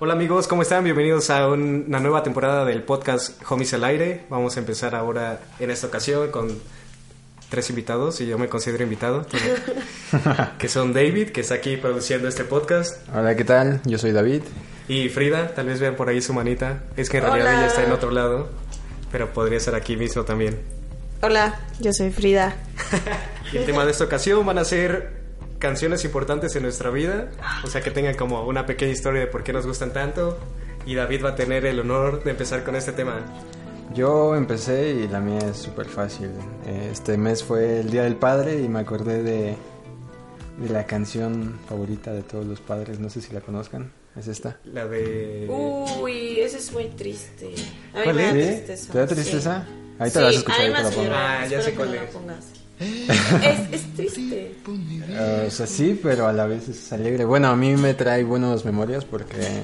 Hola amigos, ¿cómo están? Bienvenidos a un- una nueva temporada del podcast Homies al Aire. Vamos a empezar ahora en esta ocasión con tres invitados, y yo me considero invitado, pero- que son David, que está aquí produciendo este podcast, Hola, ¿qué tal? Yo soy David. y Frida, tal vez vean por ahí su manita. Es que en realidad Hola. ella está en otro lado, pero podría estar aquí mismo también. Hola, yo soy Frida. Y el tema de esta ocasión van a ser canciones importantes en nuestra vida, o sea que tengan como una pequeña historia de por qué nos gustan tanto. Y David va a tener el honor de empezar con este tema. Yo empecé y la mía es súper fácil. Eh, Este mes fue el Día del Padre y me acordé de, de la canción favorita de todos los padres. No sé si la conozcan. Es esta. La de... Uh. Uy, eso es muy triste. A mí ¿Cuál me da es? tristeza. ¿Te da tristeza? Ahí te la vas a escuchar y te la pongo. Ah, ya sé cuál es. es. Es triste. Eh, o sea, sí, pero a la vez es alegre. Bueno, a mí me trae buenos memorias porque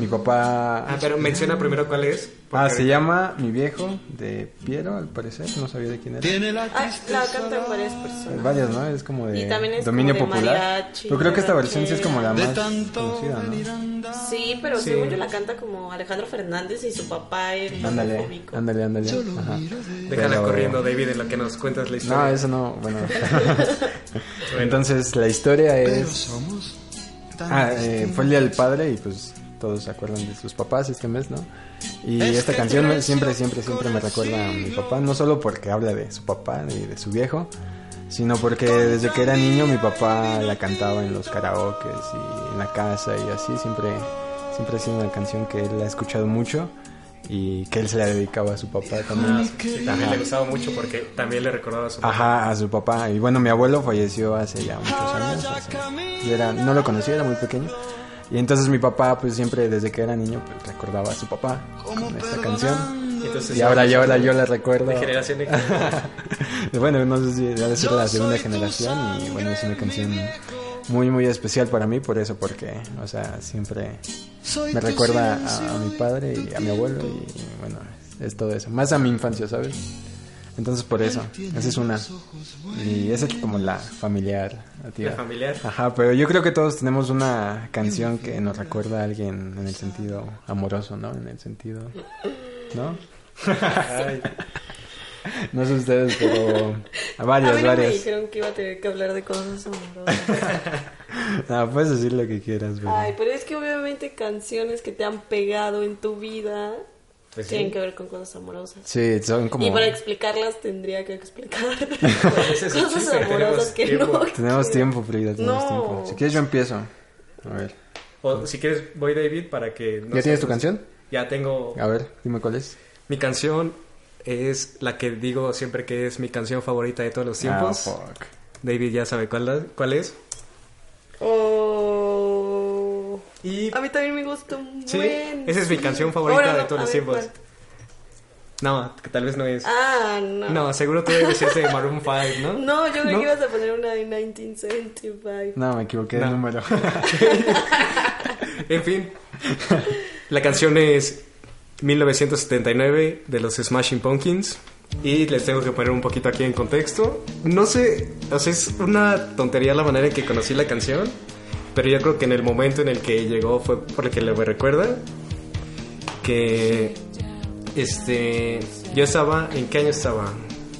mi papá... Ah, pero menciona primero cuál es. porque Ah, se llama Mi Viejo de Piero, al parecer. No sabía de quién era. Ah, la cantan varias personas. Varias, ¿no? Es como de Y también es dominio como de popular. mariachi, Yo creo que esta versión sí es como la de más conocida, ¿no? Sí, pero Sí. según yo la canta como Alejandro Fernández y su papá es Ándale, homofóbico. ándale, ándale. Ajá. Déjala Pero- corriendo, David, en lo que nos cuentas la No, historia. eso no, bueno. Entonces, la historia es. Ah, eh, fue el día del padre y pues todos se acuerdan de sus papás este mes, ¿no? Y esta canción me- siempre, siempre, siempre me recuerda a mi papá, no solo porque habla de su papá y de su viejo, sino porque desde que era niño mi papá la cantaba en los karaokes y en la casa y así, siempre, siempre ha sido una canción que él ha escuchado mucho y que él se la dedicaba a su papá también. Sí, también le gustaba mucho porque también le recordaba a su papá. Ajá, a su papá. Y bueno, mi abuelo falleció hace ya muchos años. hace- Yo era, no lo conocía, era muy pequeño. Y entonces mi papá, pues siempre desde que era niño, pues recordaba a su papá con esta canción. Entonces, Y ahora, y ahora yo la recuerdo. De generación en generación. bueno, no sé si debe ser la segunda generación. Y bueno, es una canción muy, muy especial para mí, por eso, porque, o sea, siempre me recuerda a, a mi padre y a mi abuelo. Y bueno, es todo eso. Más a mi infancia, ¿sabes? Entonces, por eso, esa es una. Y esa es como la familiar. tía. La familiar. Ajá, pero yo creo que todos tenemos una canción que nos recuerda a alguien en el sentido amoroso, ¿no? En el sentido. ¿No? Ay, No sé ustedes, pero. A varias, a mí no me varias. dijeron que iba a tener que hablar de cosas amorosas. No, puedes decir lo que quieras, pero. Ay, pero es que obviamente canciones que te han pegado en tu vida pues tienen sí. que ver con cosas amorosas. Sí, son como. Y para explicarlas tendría que explicar ese es el cosas chiste, amorosas tenemos que tiempo. no. Tenemos tiempo, Frida, tenemos No. tiempo. Si quieres, yo empiezo. A ver. O si quieres, voy David para que... no ¿Ya sé, tienes tu pues, canción? Ya tengo... A ver, dime cuál es. Mi canción es la que digo siempre que es mi canción favorita de todos los tiempos. Ah, fuck. David ya sabe cuál, la- cuál es. Oh. Y... A mí también me gusta un Sí, buen. esa es mi canción favorita Ahora de no, todos a los ver, tiempos. ¿cuál? No, que tal vez no es. Ah, no. No, No, seguro tú debes ser de Maroon 5, ¿no? yo creo que ibas a poner una de 1975. No, me equivoqué de No. número. En fin, la canción es 1979 de los Smashing Pumpkins. Y les tengo que poner un poquito aquí en contexto. No sé, o sea, es una tontería la manera en que conocí la canción. Pero yo creo que en el momento en el que llegó fue por el que le recuerda. Que. Este. Yo estaba. ¿En qué año estaba?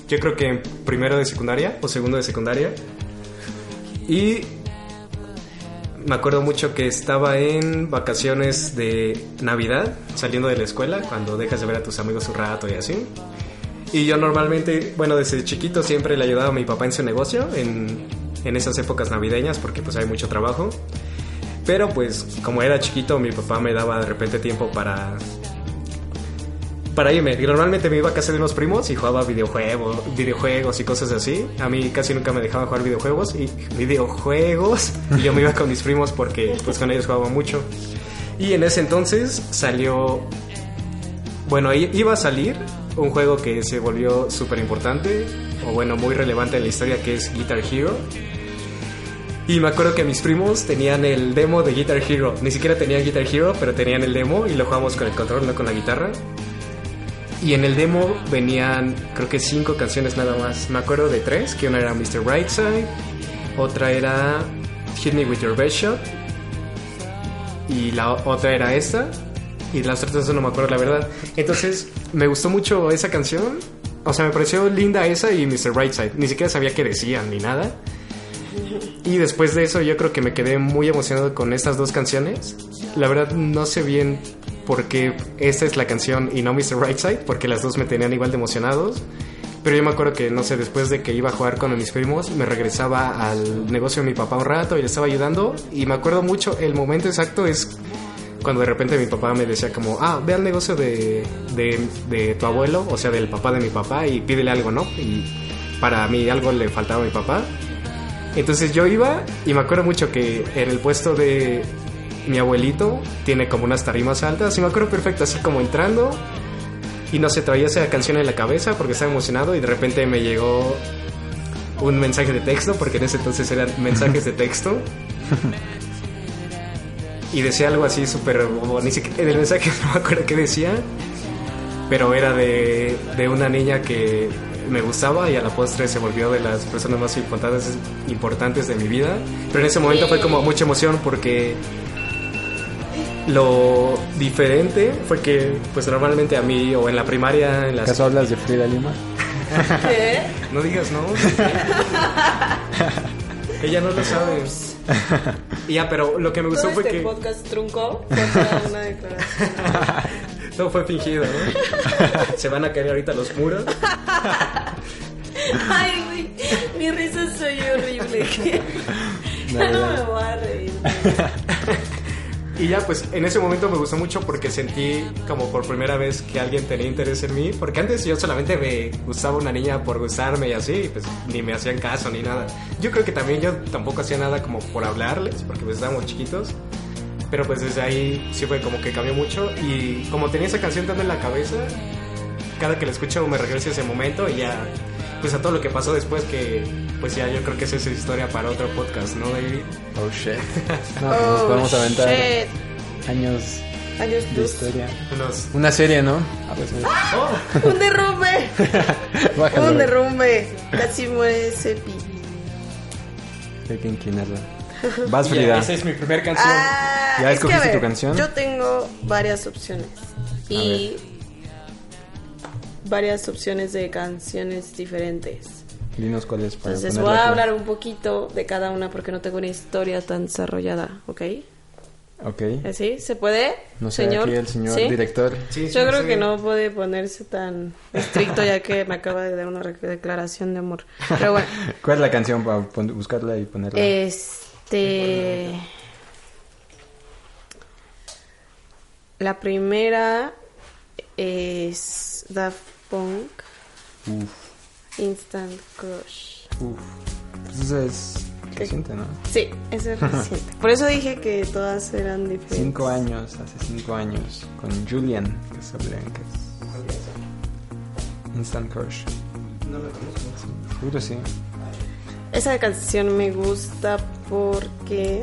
Yo creo que en primero de secundaria o segundo de secundaria. Y me acuerdo mucho que estaba en vacaciones de Navidad, saliendo de la escuela, cuando dejas de ver a tus amigos un rato y así. Y yo normalmente, bueno, desde chiquito siempre le ayudaba a mi papá en su negocio, en, en esas épocas navideñas, porque pues hay mucho trabajo. Pero pues como era chiquito, mi papá me daba de repente tiempo para... Para irme, Y normalmente me iba a casa de unos primos y jugaba videojuegos, videojuegos y cosas así. A mí casi nunca me dejaban jugar videojuegos y videojuegos. Y yo me iba con mis primos porque pues con ellos jugaba mucho. Y en ese entonces salió. Bueno, i- iba a salir un juego que se volvió súper importante, o bueno, muy relevante en la historia, que es Guitar Hero. Y me acuerdo que mis primos tenían el demo de Guitar Hero. Ni siquiera tenían Guitar Hero, pero tenían el demo y lo jugamos con el control, no con la guitarra. Y en el demo venían, creo que cinco canciones nada más. Me acuerdo de tres, que una era Mr. Brightside, otra era Hit Me With Your Best Shot y la o- otra era esta y las otras dos no me acuerdo la verdad. Entonces me gustó mucho esa canción, o sea me pareció linda esa y Mr. Brightside. Ni siquiera sabía qué decían ni nada. Y después de eso yo creo que me quedé muy emocionado con estas dos canciones. La verdad no sé bien por qué esta es la canción y no Mr. Brightside, porque las dos me tenían igual de emocionados. Pero yo me acuerdo que, no sé, después de que iba a jugar con mis primos, me regresaba al negocio de mi papá un rato y le estaba ayudando. Y me acuerdo mucho, el momento exacto es cuando de repente mi papá me decía como, ah, ve al negocio de, de, de tu abuelo, o sea, del papá de mi papá y pídele algo, ¿no? Y para mí algo le faltaba a mi papá. Entonces yo iba y me acuerdo mucho que en el puesto de mi abuelito tiene como unas tarimas altas y me acuerdo perfecto, así como entrando y no se traía esa canción en la cabeza porque estaba emocionado y de repente me llegó un mensaje de texto porque en ese entonces eran mensajes de texto y decía algo así súper bobo, ni siquiera en el mensaje no me acuerdo qué decía pero era de, de una niña que me gustaba y a la postre se volvió de las personas más importantes, importantes de mi vida. Pero en ese momento fue como mucha emoción porque lo diferente fue que pues normalmente a mí o en la primaria, en las... ¿Acaso hablas de Frida Lima? ¿Qué? No digas no. Ella no lo sabe. Y Ya, pero lo que me gustó Todo fue este pues, que... podcast truncó fue para una declaración. Todo fue fingido, ¿no? Se van a caer ahorita los muros. Ay, güey, mi risa soy horrible. ¿qué? Ya no me voy a reír. Y ya, pues en ese momento me gustó mucho porque sentí como por primera vez que alguien tenía interés en mí. Porque antes yo solamente me gustaba una niña por gustarme y así, y pues ni me hacían caso ni nada. Yo creo que también yo tampoco hacía nada como por hablarles, porque pues estábamos chiquitos. Pero pues desde ahí sí fue como que cambió mucho. Y como tenía esa canción tanto en la cabeza, cada que la escucho me regreso a ese momento y ya, pues a todo lo que pasó después, que pues ya yo creo que esa es historia para otro podcast, ¿no, David? Oh shit. No, pues nos podemos aventar Oh, Shit. años Adiós, de plus. historia. Unos. Una serie, ¿no? Pues mira, ¡Oh! Un derrumbe. bájalo. Un derrumbe. Casi muere ese pi. Hay que inclinarla. Vas, Y ya, Frida. esa es mi primera canción. Ah, ¿Ya es que, a escogiste ver, tu canción? Yo tengo varias opciones. Y varias opciones de canciones diferentes. Dinos cuál es para Entonces voy ponerla a aquí. hablar un poquito de cada una porque no tengo una historia tan desarrollada, ¿ok? Ok. ¿Así? ¿Se puede? No sé, aquí el señor ¿Sí? director. Sí, sí, Yo creo sí. que no puede ponerse tan estricto ya que me acaba de dar una re- declaración de amor. Pero bueno, ¿Cuál es la canción para pon- buscarla y ponerla? Eh. este... La primera es Daft Punk Uf, Instant Crush. uf. Pues eso es reciente, ¿no? Sí, esa es reciente. Por eso dije que todas eran diferentes. Cinco años, hace cinco años, con Julian, que es blancas. Instant Crush. No lo conozco. Seguro sí. Esa canción me gusta porque...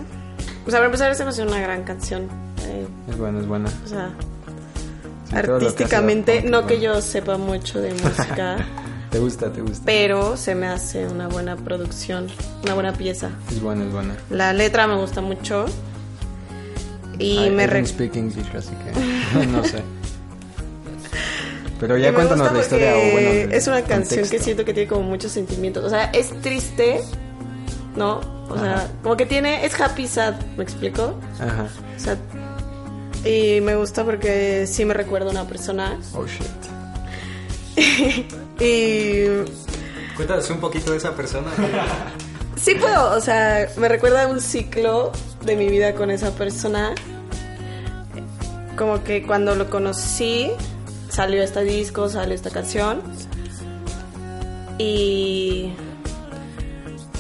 O sea, para empezar, esa canción es una gran canción. Eh, Es buena, es buena. o sea, Sí, todo lo que hace artísticamente, Daft Punk, no que bueno. yo sepa mucho de música, Te gusta, te gusta. pero se me hace una buena producción, una buena pieza. Es buena, es buena. La letra me gusta mucho y I- me I don't re- speak English, así que no sé. Pero y ya me cuéntanos gusta la historia o porque bueno. el es una canción que contexto. siento que tiene como muchos sentimientos. O sea, es triste, ¿no? O sea, como que tiene, es happy sad, ¿me explico? Ajá. O sea, y me gusta porque sí me recuerda a una persona Oh shit. y Cuéntanos un poquito de esa persona. sí puedo, o sea, me recuerda a un ciclo de mi vida con esa persona. Como que cuando lo conocí, salió este disco, salió esta canción. Y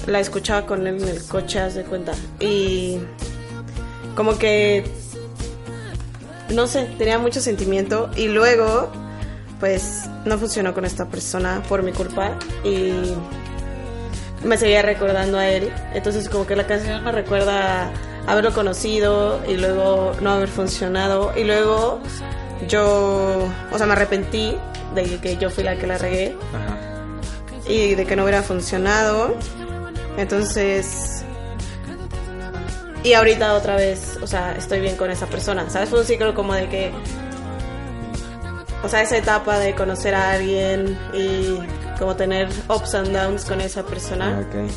la escuchaba con él en el coche, haz de cuenta. Y como que, no sé, tenía mucho sentimiento. Y luego, pues, no funcionó con esta persona por mi culpa. Y me seguía recordando a él. Entonces como que la canción me recuerda a haberlo conocido y luego no haber funcionado. Y luego yo, o sea, me arrepentí de que yo fui la que la regué Ajá. y de que no hubiera funcionado. Entonces... Y ahorita otra vez, o sea, estoy bien con esa persona. ¿Sabes? Fue un ciclo como de que... O sea, esa etapa de conocer a alguien y como tener ups and downs con esa persona. Ah, ok.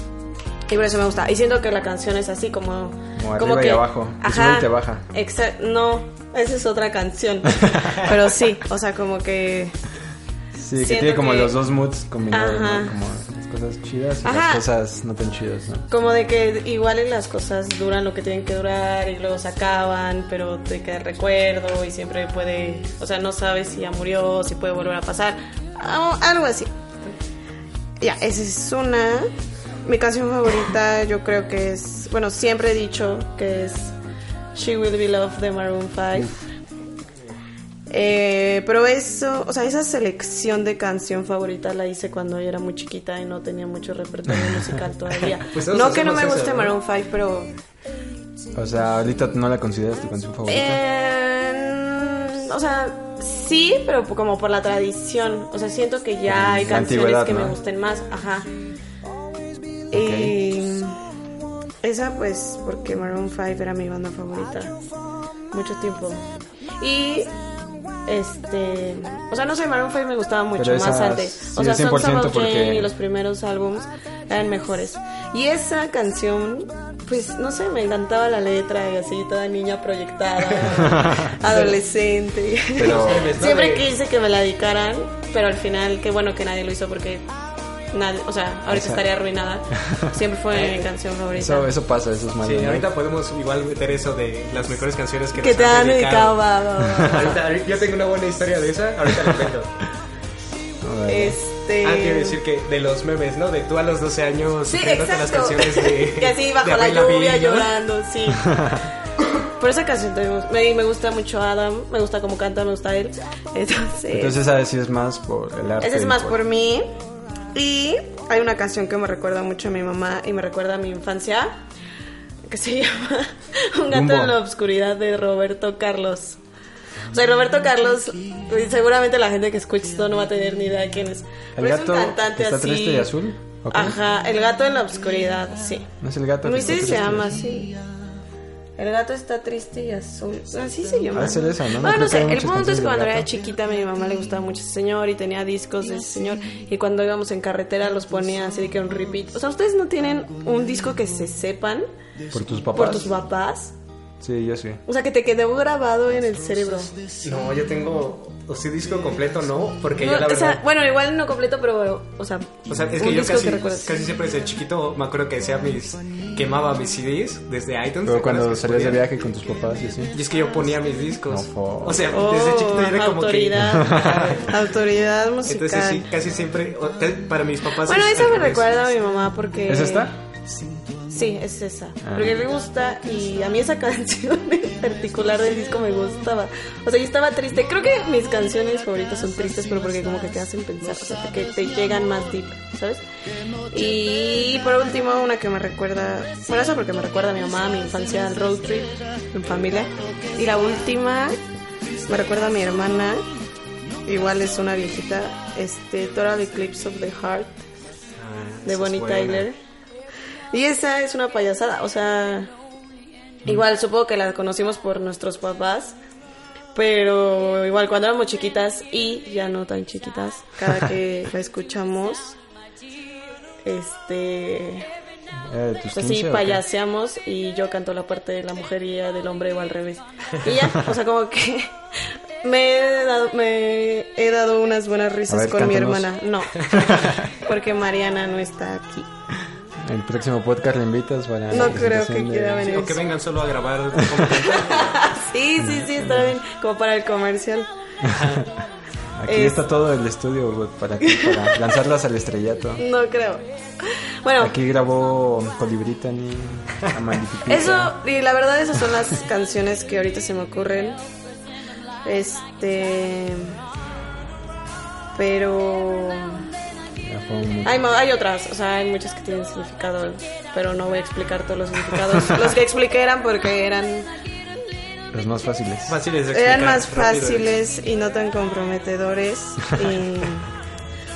Y por eso me gusta. Y siento que la canción es así como. Como arriba y abajo, que sube y te baja. exa- no, esa es otra canción. Pero sí, o sea, como que. Sí, que Siento tiene como que- los dos moods combinados, Ajá. ¿no? Como las cosas chidas y las Ajá. cosas no tan chidas, ¿no? Como de que igual y las cosas duran lo que tienen que durar y luego se acaban, pero te queda el recuerdo y siempre puede. O sea, no sabes si ya murió, si puede volver a pasar. o Algo así. Ya, esa es una. Mi canción favorita, yo creo que es. Bueno, siempre he dicho que es She Will Be Loved de Maroon 5. Eh, pero eso, o sea, esa selección de canción favorita la hice cuando yo era muy chiquita y no tenía mucho repertorio musical todavía. Pues todos no que no hacemos me eso, guste ¿no? Maroon 5, pero. O sea, ahorita no la consideras tu canción favorita. eh, o sea, sí, pero como por la tradición. O sea, siento que ya hay La canciones antigüedad, que me ¿no? gusten más. Ajá. Y esa pues porque Maroon 5 era mi banda favorita mucho tiempo. Y este, o sea, no sé, Maroon 5 me gustaba mucho Pero más esa antes. sí, O sea, Sons 100% About porque- Jane y los primeros álbumes eran mejores. Y esa canción pues no sé, me encantaba la letra y así toda niña proyectada, adolescente. Pero Siempre quise que me la dedicaran, pero al final, qué bueno que nadie lo hizo porque nadie, o sea, ahorita Esa- estaría arruinada. Siempre fue mi canción favorita. eso, eso pasa, eso es malo. Sí, ¿no? ahorita podemos igual meter eso de las mejores canciones que, que nos te han dedicado. dedicado, va, va, va. Ahorita, ahorita- yo tengo una buena historia de esa, ahorita la cuento. Órale. Este. Ah, quiero decir que de los memes, ¿no? De tú a los 12 años Sí, sufriéndote exacto. las canciones de. y así bajo de la Avril lluvia Lavigne, ¿no? llorando, sí. Por esa canción también me- me, me gusta mucho Adam, me gusta cómo canta, me gusta él. Entonces, Entonces esa sí es más por el arte. esa es y más por mí. Y hay una canción que me recuerda mucho a mi mamá y me recuerda a mi infancia, que se llama Un gato Dumbo. en la oscuridad de Roberto Carlos. O sea, Roberto Carlos, eh, seguramente la gente que escuche esto no va a tener ni idea quién es. ¿El Pero gato es un cantante está así. triste y azul? ¿O cómo? Ajá, el gato en la oscuridad, sí. ¿No es el gato? No que sé está si se triste? llama así. El gato está triste y azul. Así se llama. Ah, es eso, ¿no? Bueno, Creo que no sé. hay El muchas punto canciones es que del cuando gato. era chiquita, a mi mamá le gustaba mucho ese señor y tenía discos de ese señor. Y cuando íbamos en carretera los ponía así de que un repeat. O sea, ¿ustedes no tienen un disco que se sepan ¿Por tus papás? por tus papás? Sí, yo sí. O sea, que te quedó grabado en el cerebro. No, yo tengo. O sea, disco completo no, porque No, yo la o sea, verdad. bueno, igual no completo, pero, o sea, O sea, es un que yo disco casi, que recuerdes. casi siempre desde chiquito me acuerdo que decía mis. quemaba mis CDs desde iTunes. ¿te Pero acuerdas cuando que salías de ponía? viaje con tus papás y así. Y es que yo ponía mis discos. No, po. o sea, Oh, desde chiquito yo era como autoridad, autoridad que. musical. Entonces sí, casi siempre. o te- Para mis papás. Bueno, es esa al me revés. recuerda a mi mamá porque... ¿Es esta? Sí, es esa. Ah. Porque le gusta y a mí esa canción en particular del disco me gustaba. O sea, yo estaba triste. Creo que mis canciones favoritas son tristes, pero porque como que te hacen pensar, o sea, que te llegan más deep, ¿sabes? Y por último, una que me recuerda, bueno, esa porque me recuerda a mi mamá, a mi infancia, al road trip, en familia. Y la última me recuerda a mi hermana, igual es una viejita, este, Total Eclipse of the Heart Ah, esa de es Bonnie buena. Tyler. Y esa es una payasada, o sea, Mm. igual supongo que la conocimos por nuestros papás, pero igual cuando éramos chiquitas y ya no tan chiquitas, cada que la escuchamos, este, ¿Era eh, de tus pues 15 así o qué? payaseamos y yo canto la parte de la mujer y ella del hombre o al revés. Y ya, o sea, como que me he dado, me he dado unas buenas risas ver, con mi cántanos. hermana. No, porque Mariana no está aquí. El próximo podcast le invitas para. No la creo que presentación de- quiera Sí, venir. o que vengan solo a grabar. como Sí, sí, sí, está bien. Como para el comercial. Aquí Es- está todo el estudio güey, para, ti, para lanzarlas al estrellato. No creo. Bueno, Aquí grabó Colibritani, Amandipipita. eso, y la verdad, esas son las canciones que ahorita se me ocurren. Este. Pero. Ya fue un- Hay, ma- hay otras, o sea, hay muchas que tienen significado, pero no voy a explicar todos los significados. los que expliqué eran porque eran, Los más fáciles. Fáciles de explicar, eran más rápido. fáciles y no tan comprometedores.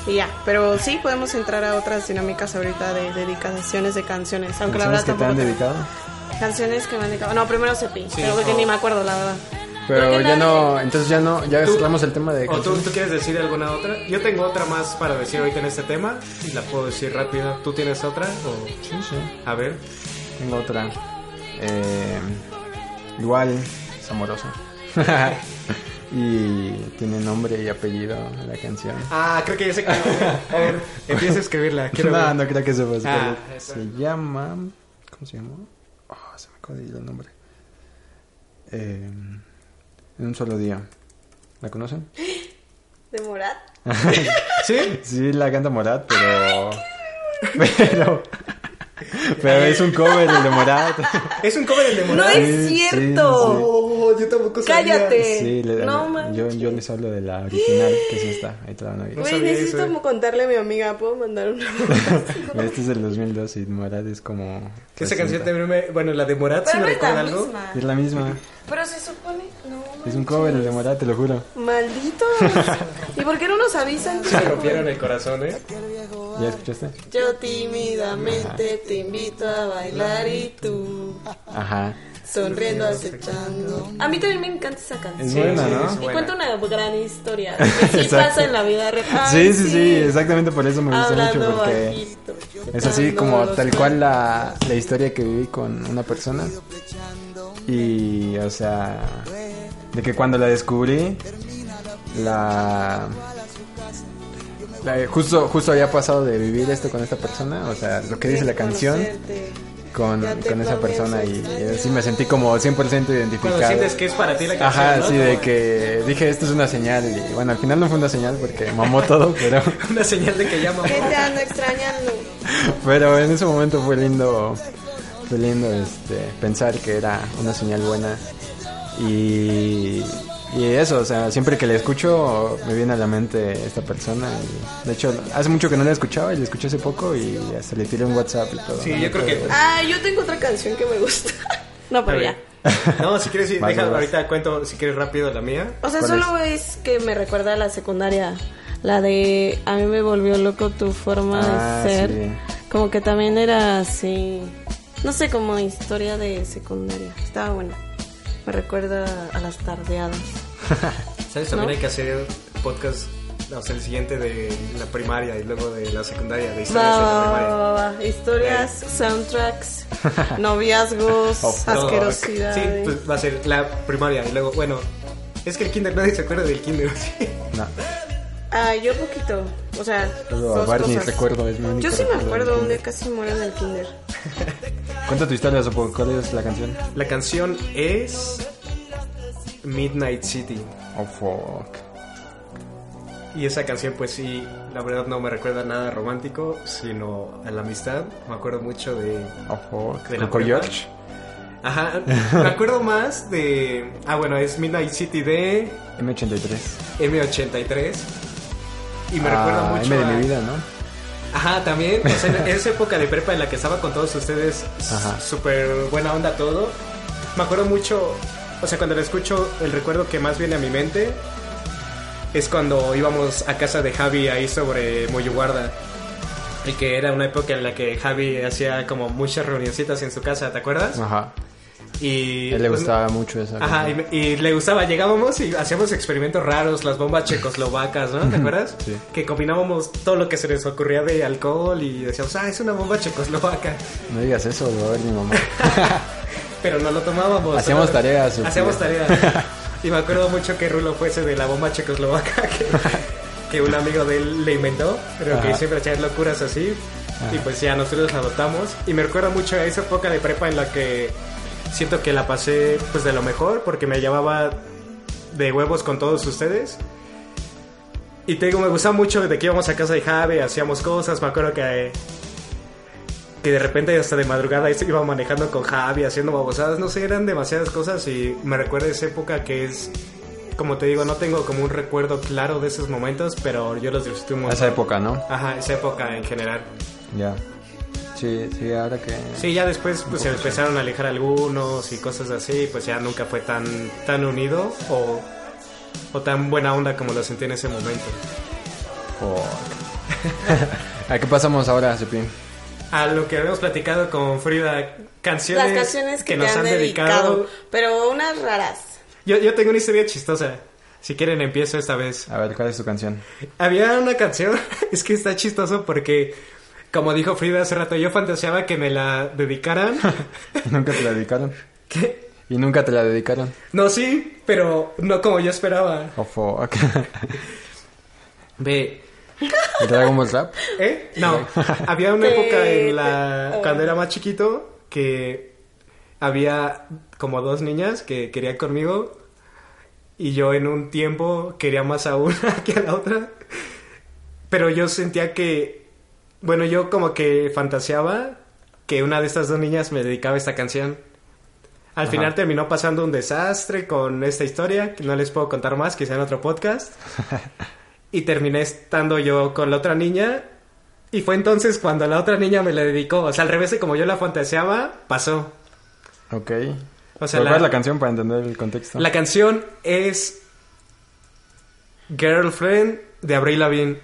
y, y ya, pero sí podemos entrar a otras dinámicas ahorita de dedicaciones de canciones, aunque la ¿Canciones verdad que te han tampoco tengo- dedicado? Canciones que me han dedicado. No, primero Cepi, Sí, pero porque o- ni me acuerdo, la verdad. Pero ya no, entonces ya no, ya cerramos el tema de ¿O tú, canciones. tú quieres decir alguna otra? Yo tengo otra más para decir ahorita en este tema y la puedo decir rápida. ¿Tú tienes otra? O... Sí, sí. A ver. Tengo otra. Eh, igual, es amorosa. y tiene nombre y apellido la canción. Ah, creo que ya sé que... A ver, empieza a escribirla. Quiero no, ver. no creo que se pueda escribir. Ah, eso. Se llama. ¿Cómo se llama? Ah, se me acaba de ir el nombre. Eh, en un solo día. ¿La conocen? ¿De Morat? ¿Sí? Sí, la canta Morat, pero. Pero. Pero es un cover el de Morat. Es un cover el de ¡No Morat. es Sí, sí, cierto! Oh, yo tampoco sabía. ¡Cállate! Sí, le- no yo, manches. yo les hablo de la original, que es esta. Ahí te la van a oír. Güey, sabía necesito eso, eh. contarle a mi amiga, ¿puedo mandar una? Este es del 2002 y Morat es como. Que esa 60. canción también me... Bueno, la de Morat si me recuerda algo. Es la misma. Pero se supone... No, Es un cover el de Morat, te lo juro. ¡Malditos! ¿Y por qué no nos avisan? Se me rompieron el corazón, ¿eh? Ah. ¿Ya escuchaste? Yo tímidamente te invito a bailar y tú Ajá. sonriendo acechando. A mí también me encanta esa canción. Es buena, sí, ¿no? es y buena. cuenta una gran historia. Que sí Exacto. pasa en la vida real. Sí, Ay, sí, sí, exactamente por eso me gusta Hablando mucho, porque bajito, es así checando como los tal cual la, la historia que viví con una persona. Y, o sea, de que cuando la descubrí, la... la- justo, justo había pasado de vivir esto con esta persona, o sea, lo que dice la canción conocerte. con, con esa persona y, y sí me sentí como 100% Cuando identificado. sientes que es para ti la canción, Ajá, ¿no? sí, de que dije esto es una señal y bueno, al final no fue una señal porque mamó todo, pero... Una señal de que llama. Que te ando extrañando. Pero en ese momento fue lindo, fue lindo este, pensar que era una señal buena. Y, y eso, o sea, siempre que la escucho me viene a la mente esta persona. y, de hecho, hace mucho que no la escuchaba y la escuché hace poco y hasta le tiré un WhatsApp y todo. Sí, ¿no? yo creo que- Ah, yo tengo otra canción que me gusta. Ah, No, pero ya. No, si quieres, sí, Vas, deja, vas. ahorita cuento, si quieres rápido la mía. O sea, ¿Cuál solo es? que me recuerda a la secundaria. La de a mí me volvió loco tu forma Ah, de ser. sí. Como que también era así. No sé, como historia de secundaria. Estaba buena. Me recuerda a las tardeadas. ¿Sabes? También ¿No? hay que hacer podcast, o sea, el siguiente de la primaria y luego de la secundaria, de Va, historias de va, la va, primaria. va, va, va. Historias, soundtracks, noviazgos, Todo. asquerosidades. Sí, pues va a ser la primaria y luego, bueno, es que el kinder nadie se acuerda del kinder. ¿sí? No, Ah, yo poquito. O sea, Solo a dos Barney cosas. recuerdo, es mi único Yo sí me recuerdo del acuerdo un kinder. día casi muero en el kinder. cuenta tu historia, Sopo, ¿cuál es la canción? La canción es Midnight City. Oh, fuck. Y esa canción, pues sí, la verdad no me recuerda a nada romántico, sino a la amistad. Me acuerdo mucho de Oh, fuck. ¿De la Uncle prepa? George. Ajá, me acuerdo más de... Ah, bueno, es Midnight City de M83. M83. Y me Ah, recuerda mucho M de a- mi vida, ¿no? Ajá, también. O sea, en esa época de prepa en la que estaba con todos ustedes, s- Ajá. súper buena onda todo. Me acuerdo mucho... O sea, cuando la escucho, el recuerdo que más viene a mi mente es cuando íbamos a casa de Javi ahí sobre Moyuguarda. Y que era una época en la que Javi hacía como muchas reunioncitas en su casa, ¿te acuerdas? Ajá. Y Ah. A él le pues, gustaba mucho esa Ajá, y, canción. me- y le gustaba. Llegábamos y hacíamos experimentos raros, las bombas checoslovacas, ¿no? ¿Te acuerdas? Sí. Que combinábamos todo lo que se les ocurría de alcohol y decíamos, ah, es una bomba checoslovaca. No digas eso, lo va a ver mi mamá. Pero no lo tomábamos. Hacíamos ¿no? tareas, Sofía. Hacíamos tareas. Y me acuerdo mucho que Rulo fuese de la bomba checoslovaca que, que un amigo de él le inventó, pero que Ajá. siempre hacía locuras así. Y pues ya nosotros la adoptamos. Y me recuerda mucho a esa época de prepa en la que siento que la pasé pues de lo mejor porque me llevaba de huevos con todos ustedes. Y te digo, me gustaba mucho de que íbamos a casa de Jave, hacíamos cosas, me acuerdo que... Que de repente hasta de madrugada iba manejando con Javi, haciendo babosadas, no sé, eran demasiadas cosas y me recuerda esa época que es, como te digo, no tengo como un recuerdo claro de esos momentos, pero yo los disfruté un A montón. esa época, ¿no? Ajá, esa época en general. Ya. Sí, sí, ahora que... Sí, ya después pues se empezaron a alejar algunos y cosas así, pues ya nunca fue tan, tan unido o, o tan buena onda como lo sentí en ese momento. Fuck. ¿A qué pasamos ahora, Cepín? A lo que habíamos platicado con Frida, canciones, Las canciones que, que te nos han, han dedicado, dedicado. pero unas raras. Yo, yo tengo una historia chistosa. Si quieren, empiezo esta vez. A ver, ¿cuál es tu canción? Había una canción, es que está chistoso porque, como dijo Frida hace rato, yo fantaseaba que me la dedicaran. Nunca te la dedicaron. Que- Y nunca te la dedicaron. No, sí, pero no como yo esperaba. Oh, fuck. Ve. ¿El Dragon Ball Rap? ¿Eh? No. Había una Te- época te- en la. oh. cuando era más chiquito que había como dos niñas que querían conmigo. Y yo en un tiempo quería más a una que a la otra. Pero yo sentía que. Bueno, yo como que fantaseaba que una de estas dos niñas me dedicaba esta canción. Al final terminó pasando un desastre con esta historia, que no les puedo contar más, quizá en otro podcast. y terminé estando yo con la otra niña. Y fue entonces cuando la otra niña me la dedicó. O sea, al revés de como yo la fantaseaba, pasó. Ok. O sea, Pero, ¿cuál es la- la canción para entender el contexto? La canción es Girlfriend de Avril Lavigne.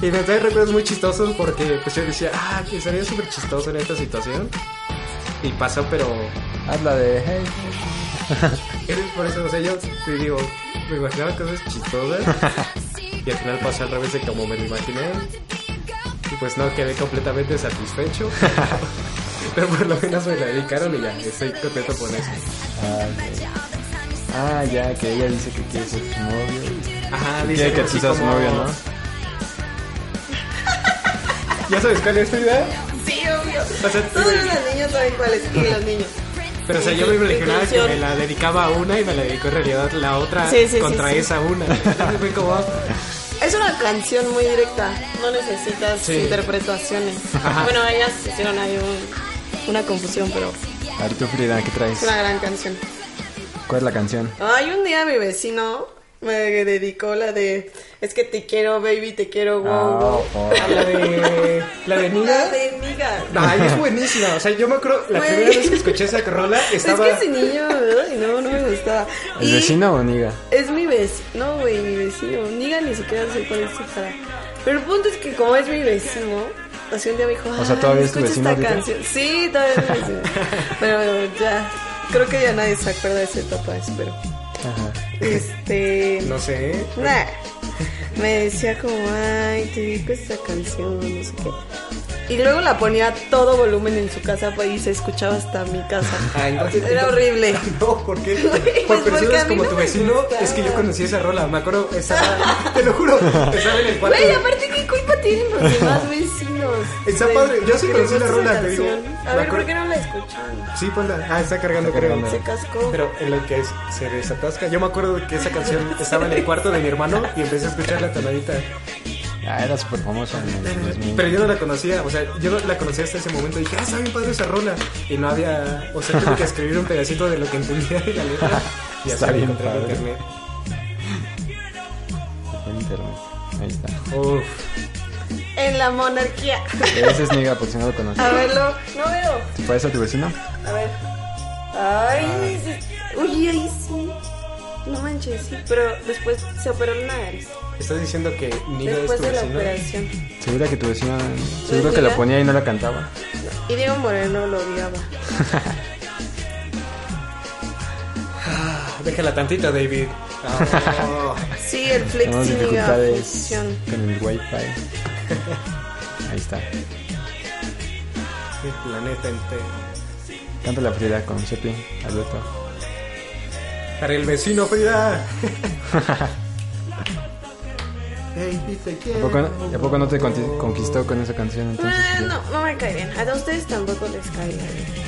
Y me trae recuerdos muy chistosos porque pues yo decía, ah, que sería súper chistoso en esta situación. Y pasó, pero Haz la de... Hey. es por eso, o sea, yo te digo, me imaginaba cosas chistosas. y al final pasó al revés de como me lo imaginé. Y pues no quedé completamente satisfecho. pero por lo menos me la dedicaron y ya, estoy contento con eso. Ah, ok. Ah, ya, que ella dice que quiere ser su novio. Ajá, dice Quiere que algo tú así seas su como- novio, ¿no? ¿Ya sabes cuál es tu idea? Sí, obvio. O sea, tú- Todos los niños saben cuáles. Y los niños. Pero o sea, yo me imaginaba que Inclusión. me la dedicaba a una y me la dedicó en realidad la otra Sí, sí, sí, contra sí. esa una. Entonces fue como, "Ah, Es una canción muy directa. No necesitas Sí. interpretaciones. Ajá. Bueno, ellas hicieron ahí un- una confusión, pero A ver, tú, Frida, ¿qué traes? es una gran canción. ¿Cuál es la canción? Ay, un día mi vecino me dedicó la de Es que te quiero, baby, te quiero, wow, wow. Oh, fuck. la de. La de La Nina. de miga. Ay, es buenísima. O sea, yo me acuerdo, la Güey. primera vez que escuché esa rola estaba. Es que ese niño, ay, no, no me gustaba. ¿El Y vecino o Niga? Es mi vecino, no, güey, mi vecino. Niga ni siquiera sé cuál es su cara. Pero el punto es que como es mi vecino, así un día me dijo, O sea, "Ay, ¿todavía es tu escucha vecino esta ahorita? canción. Sí, todavía es mi vecino. Pero ya, creo que ya nadie se acuerda de esa etapa, espero. Ajá. Este... No sé. Nah. Me decía como, ay, te dedico esta canción, no sé qué. Y luego la ponía a todo volumen en su casa pues, y se escuchaba hasta mi casa. Ah, entonces- Era horrible. No, ¿por qué? Pues Por porque a personas mí como no tu me vecino, gustaba. es que yo conocí esa rola. Me acuerdo, estaba. Te lo juro, estaba en el cuarto. Güey, aparte, ¿qué culpa tienen los demás vecinos? Está De- padre, yo sí que conocí les la gusta rola, esa te digo. canción. Me A ver, acuerdo- ¿por qué no la escuchan? Sí, ponla. Ah, está cargando, Está creo. cargando. Se cascó. Pero en lo que es- se desatasca. Yo me acuerdo que esa canción estaba en el cuarto de mi hermano y empecé a escuchar la tonadita. Ah, era súper famosa en el 2000. Pero yo no la conocía, o sea, yo no la conocía hasta ese momento y dije, ah, está bien padre esa rola. Y no había, o sea, tuve que escribir un pedacito de lo que entendía de la letra. Y Está hasta la bien encontré en padre. internet. En internet. Ahí está. Uf. En la monarquía. Ese es Niga, por si no lo A conoces. verlo. No veo. ¿Te parece a tu vecino? A ver. Ay, sí. Oye, ahí sí. No manches, sí. Pero después se operó la nariz. ¿Estás diciendo que Niga es Después tu de la vecino? operación. Seguro que tu vecino. Seguro que la Niga? ponía y no la cantaba. Y Diego Moreno lo odiaba. Ah, Déjala tantito, David. Ah, Sí, el Tenemos flexiniga dificultades función. con el wifi. Ahí está. el planeta entero. Canta la Frida con Zeppelin, Alberto. Para el vecino, Frida. Baby, te ¿A quiero. poco, no- ¿A poco no te conti- conquistó con esa canción entonces? Eh, Frida? no, no me cae bien. A ustedes tampoco les cae bien.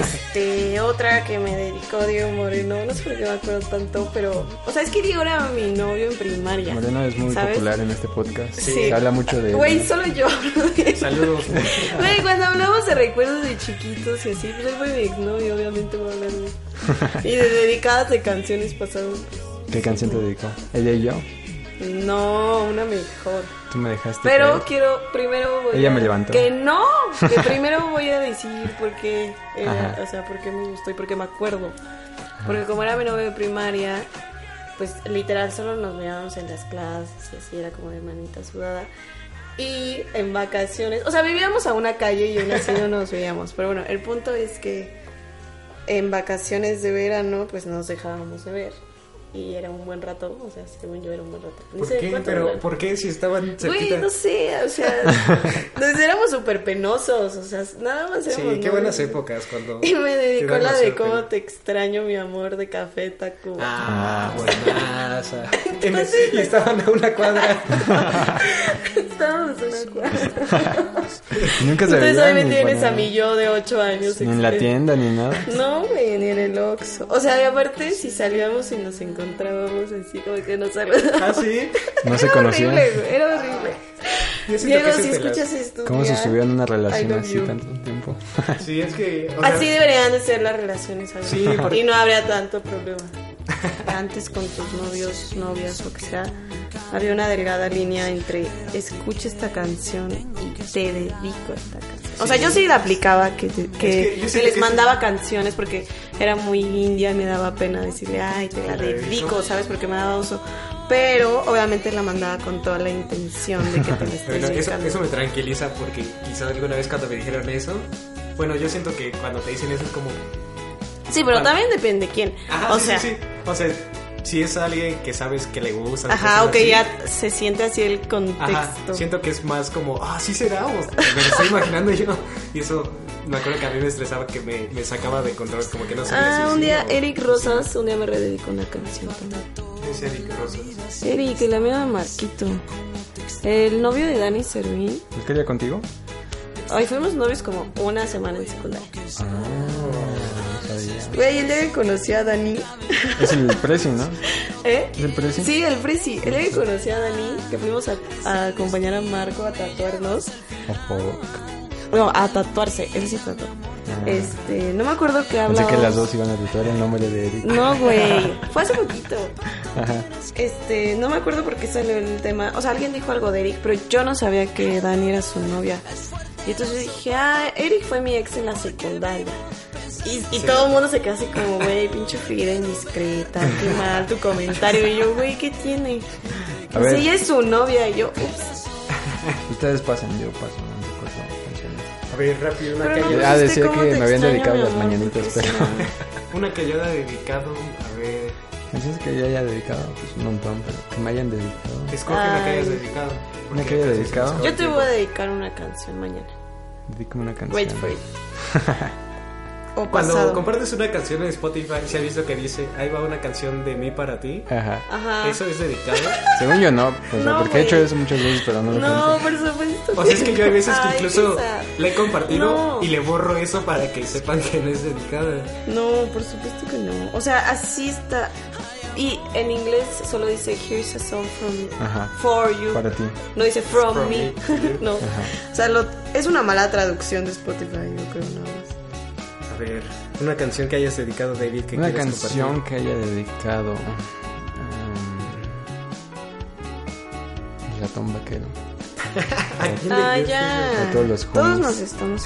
Este, otra que me dedicó Diego Moreno, no sé por qué me acuerdo tanto, pero. O sea, es que Diego era mi novio en primaria. Moreno es muy ¿sabes? popular en este podcast. Sí. Se habla mucho de. Güey, solo yo. Saludos. Güey, cuando hablamos de recuerdos de chiquitos y así, pues él fue mi exnovio, obviamente voy a hablar de él. Y de dedicadas de canciones pasaron. pues, ¿Qué canción te dedicó? Ella y yo. No, una mejor. Tú me dejaste. Pero caer. quiero, primero voy Este Ella a- me levantó. Que no, que primero voy a decir por qué era- Ajá. o sea, por qué me gustó y por qué me acuerdo. Porque como era mi novio de primaria, pues literal solo nos mirábamos en las clases y así era como de manita sudada. Y en vacaciones, o sea, vivíamos a una calle y aún así no nos veíamos. Pero bueno, el punto es que en vacaciones de verano, pues nos dejábamos de ver. Y era un buen rato, o sea, según yo era un buen rato. Ni ¿Por sé qué? cuánto Pero, duraron. ¿por qué si estaban Güey, cerquita? no sé, o sea, nos éramos súper penosos, o sea, nada más Sí, éramos qué novios. buenas épocas cuando. Y te me dedicó dan la de suerte. cómo te extraño, mi amor, de Café Tacuba. Ah, buenaza. En el- y estaban a una cuadra. Estábamos en una cuadra. Y Nunca se Entonces veían ahí me ni tienes para- a mi yo de 8 años. Ni en la expresa. tienda ni nada. No, güey, ni en el Oxxo. O sea, y aparte, si salíamos y nos encontrábamos así, como que nos saludábamos. Ah, sí. No se era conocían. horrible, güey, era horrible. Yo siento que Diego, ese si es de las- escuchas esto. ¿Cómo se subieron una relación I love así you. tanto tiempo? Pues, Sí, es que. o sea, Así deberían de ser las relaciones ahora. Sí, porque- Y no habría tanto problema. Antes con tus novios, novias, lo que sea, había una delgada línea entre escucha esta canción y te dedico a esta canción. O sea, yo sí la aplicaba, que, que, que yo que siento les que- mandaba canciones porque era muy india y me daba pena decirle, ay, te la Te la dedico, dedico. ¿sabes? Porque me daba oso. Pero obviamente la mandaba con toda la intención de que te la estés Bueno, eso, dedicando. eso me tranquiliza porque quizás alguna vez cuando me dijeron eso, bueno, yo siento que cuando te dicen eso es como, Sí, pero Bueno. también depende quién. ajá, o sí, sea, sí, sí. o sea, si es alguien que sabes que le gusta, Ajá, o ok, que ya se siente así el contexto. Ajá, siento que es más como, ah, sí será, o me lo estoy imaginando yo. Y eso, me acuerdo que a mí me estresaba que me, me sacaba de control, como que no sabía Ah, si un sí día o- Eric Rosas, un día me rededicó una canción. también. Es Eric Rosas. Eric, el amigo de Marquito. El novio de Dani Servín. ¿Es que ella contigo? Hoy fuimos novios como una semana en secundaria. Ah, no sabía. Güey, el día que conocí a Dani. Es el Prezi, ¿no? ¿Eh? ¿Es el Prezi? Sí, el Prezi. El día que conocí a Dani, que fuimos a, a acompañar a Marco a tatuarnos. Ojo. No, a tatuarse. Él sí tatuó. Este, no me acuerdo qué Ah. Pensé hablaba. que las dos iban a tatuar el nombre de Eric. No, güey. Fue hace poquito. Ajá. Este, no me acuerdo por qué salió el tema. O sea, alguien dijo algo de Eric, pero yo no sabía que Dani era su novia. Y entonces dije, ah, Eric fue mi ex en la secundaria. Y, y todo el mundo se quedó así como, güey, pinche figura indiscreta, qué mal tu comentario. Y yo, güey, ¿qué tiene? A Pues ver. ella es su novia. Y yo, ups. Ustedes pasan, yo paso. No recuerdo canciones. A ver, rápido, una, Pero no callada, Ah, dijiste decía cómo que te me habían extraño, dedicado mi las amor, mañanitas, porque pero. una callada dedicado, a ver, Canciones que yo haya dedicado, pues un montón, pero que me hayan dedicado. escoge una que hayas Ay. dedicado. Una porque que casi haya se dedicado. nos acaba Yo el te tiempo. voy a dedicar una canción mañana. Dedícame una canción. Wait for it. O Cuando pasado. compartes una canción en Spotify, ¿se ha visto que dice, ahí va una canción de mí para ti? Ajá. Ajá. Eso es dedicado. Según yo no, o sea, No, porque he hecho güey. eso muchas veces, pero no lo No, cuento. por supuesto. O sea, es que yo hay veces que Ay, incluso qué sad. le he compartido No. y le borro eso para que sepan que no es dedicada. No, por supuesto que no. O sea, así está. Y en inglés solo dice here's a song from Ajá. for you. Para ti. No dice from, From me. me. no. O sea, lo- es una mala traducción de Spotify, yo creo nada más. A ver, una canción que hayas dedicado, David, que Una quieras canción compartir. que haya dedicado. um, Ratón vaquero. ¿A quién Ah, le- ya. A todos los Todos homies. nos estamos.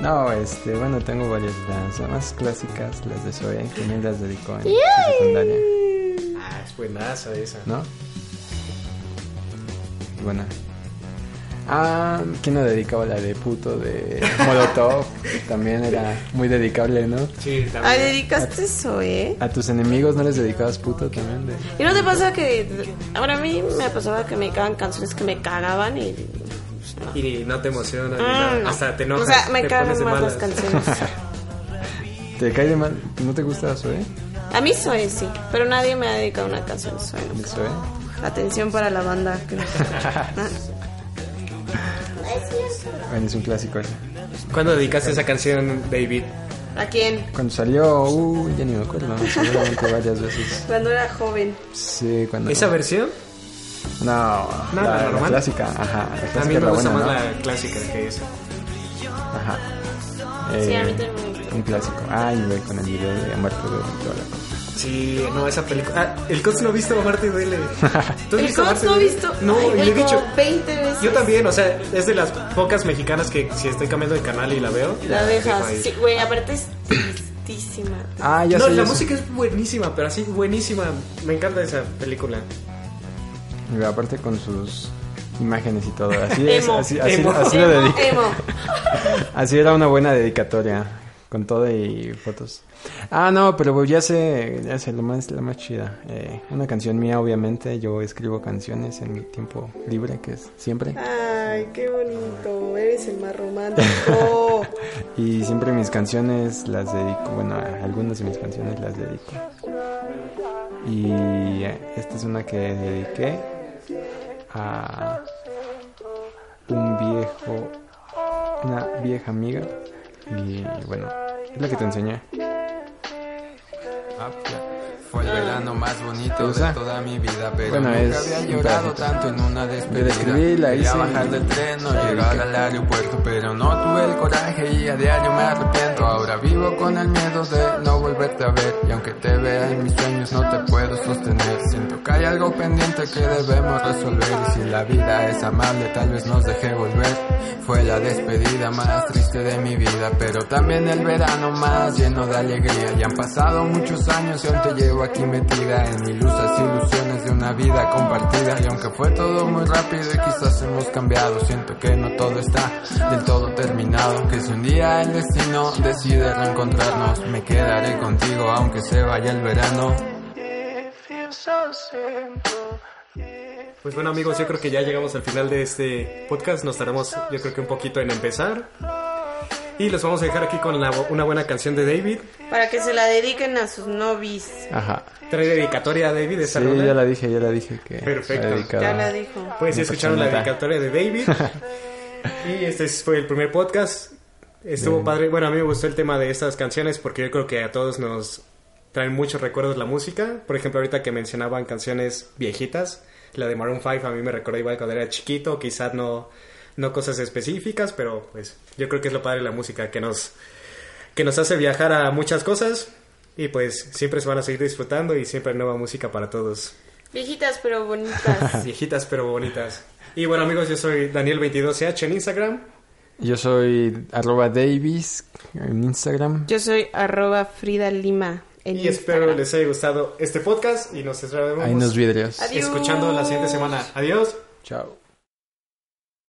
No, este, bueno, tengo varias las más clásicas, las de Zoe, que me las dedicó en secundaria, Ah, es buenaza esa. ¿no? Buena. Ah, ¿quién no dedicaba la de puto de Molotov? También era muy dedicable, ¿no? Sí, también. Ah, dedicaste eso, ¿eh? A tus enemigos no les dedicabas puto también. De... ¿Y no te pasa que ahora a mí me pasaba que me cagaban canciones que me cagaban y y no te emociona ni Ah, nada. no. Hasta te enojas. O sea, me te cagan pones de más malas. las canciones. ¿Te cae de mal? ¿No te gusta Zoe? A mí Zoe sí, pero nadie me ha dedicado una canción de Zoe. ¿De Zoe? Atención para la banda. que nos escucha. Bueno, es un clásico ese. ¿Cuándo dedicaste esa canción, David? ¿A quién? Cuando salió, uh, ya ni me acuerdo, seguramente varias veces. Cuando era joven. Sí, cuando... ¿Esa versión? No, No, la la, la normal. clásica, ajá. La clásica A mí es me la gusta buena, más ¿no? la clásica que esa. Ajá. Sí, a mí Eh, también me gusta. Un clásico. Ay, güey, con el video de Amarte Duele y toda la cosa. Sí, no, esa película. Ah, el Cots no ha visto Amarte Duele. ¿Tú has El visto Cox Amarte no he Duele? visto. No, Ay, y le güey, he como dicho. 20 veces. Yo también, o sea, es de las pocas mexicanas que si estoy cambiando de canal y la veo. La dejas. dejo ahí. Sí, güey, aparte es tristísima. Ah, ya no, sé, la ya sé. música es buenísima, pero así buenísima. Me encanta esa película. Y aparte con sus imágenes y todo. Así es, Emo, así, así, emo. así lo Emo, dedico. emo. Así era una buena dedicatoria. Con todo y fotos. Ah, no, pero ya sé, ya sé, lo más, la más chida. Eh, una canción mía, obviamente. Yo escribo canciones en mi tiempo libre, que es siempre. Ay, qué bonito. Eres el más romántico. Y siempre mis canciones las dedico, bueno, a- algunas de mis canciones las dedico. Y eh, esta es una que dediqué a un viejo, una vieja amiga. Y bueno, es la que te enseñé. Apia. Fue el verano más bonito gusta? de toda mi vida, pero Bueno, nunca es había un llorado pedacito. tanto en una Yo la despedida. escribí, la Quería hice bajar y- del tren o la llegar dediqué. al aeropuerto, pero no tuve el coraje y a diario me arrepiento. Ahora vivo con el miedo de no volverte a ver y aunque te vea en mis sueños no te puedo sostener. Siento que hay algo pendiente que debemos resolver y si la vida es amable tal vez nos deje volver. Fue la despedida más triste de mi vida, pero también el verano más lleno de alegría. Y han pasado muchos años y aún te llevo aquí metida en mi luz, las ilusiones de una vida compartida. Y aunque fue todo muy rápido y quizás hemos cambiado, siento que no todo está del todo terminado. Que si un día el destino decide reencontrarnos, me quedaré contigo aunque se vaya el verano. Pues bueno amigos, yo creo que ya llegamos al final de este podcast. Nos tardamos yo creo que un poquito en empezar. Y los vamos a dejar aquí con la- una buena canción de David. Para que se la dediquen a sus novis. Ajá. Trae dedicatoria a David esa Sí, rola. ya la dije, ya la dije que Perfecto. la dedicaba. Ya la dijo. Pues ya Una escucharon la personita. dedicatoria de David. y este es- fue el primer podcast. Estuvo padre. Bueno, a mí me gustó el tema de estas canciones porque yo creo que a todos nos traen muchos recuerdos la música. Por ejemplo, ahorita que mencionaban canciones viejitas, la de Maroon 5 a mí me recordó igual cuando era chiquito, quizás no no cosas específicas, pero pues yo creo que es lo padre de la música que nos que nos hace viajar a muchas cosas y pues siempre se van a seguir disfrutando y siempre hay nueva música para todos Viejitas pero bonitas. viejitas pero bonitas. Y bueno amigos, yo soy Daniel22ch en Instagram. Yo soy arroba Davis en Instagram. Yo soy arroba Frida Lima. En y espero Instagram. les haya gustado este podcast y nos Ahí nos estaremos vidrios. Adiós. escuchando la siguiente semana. Adiós. Chao.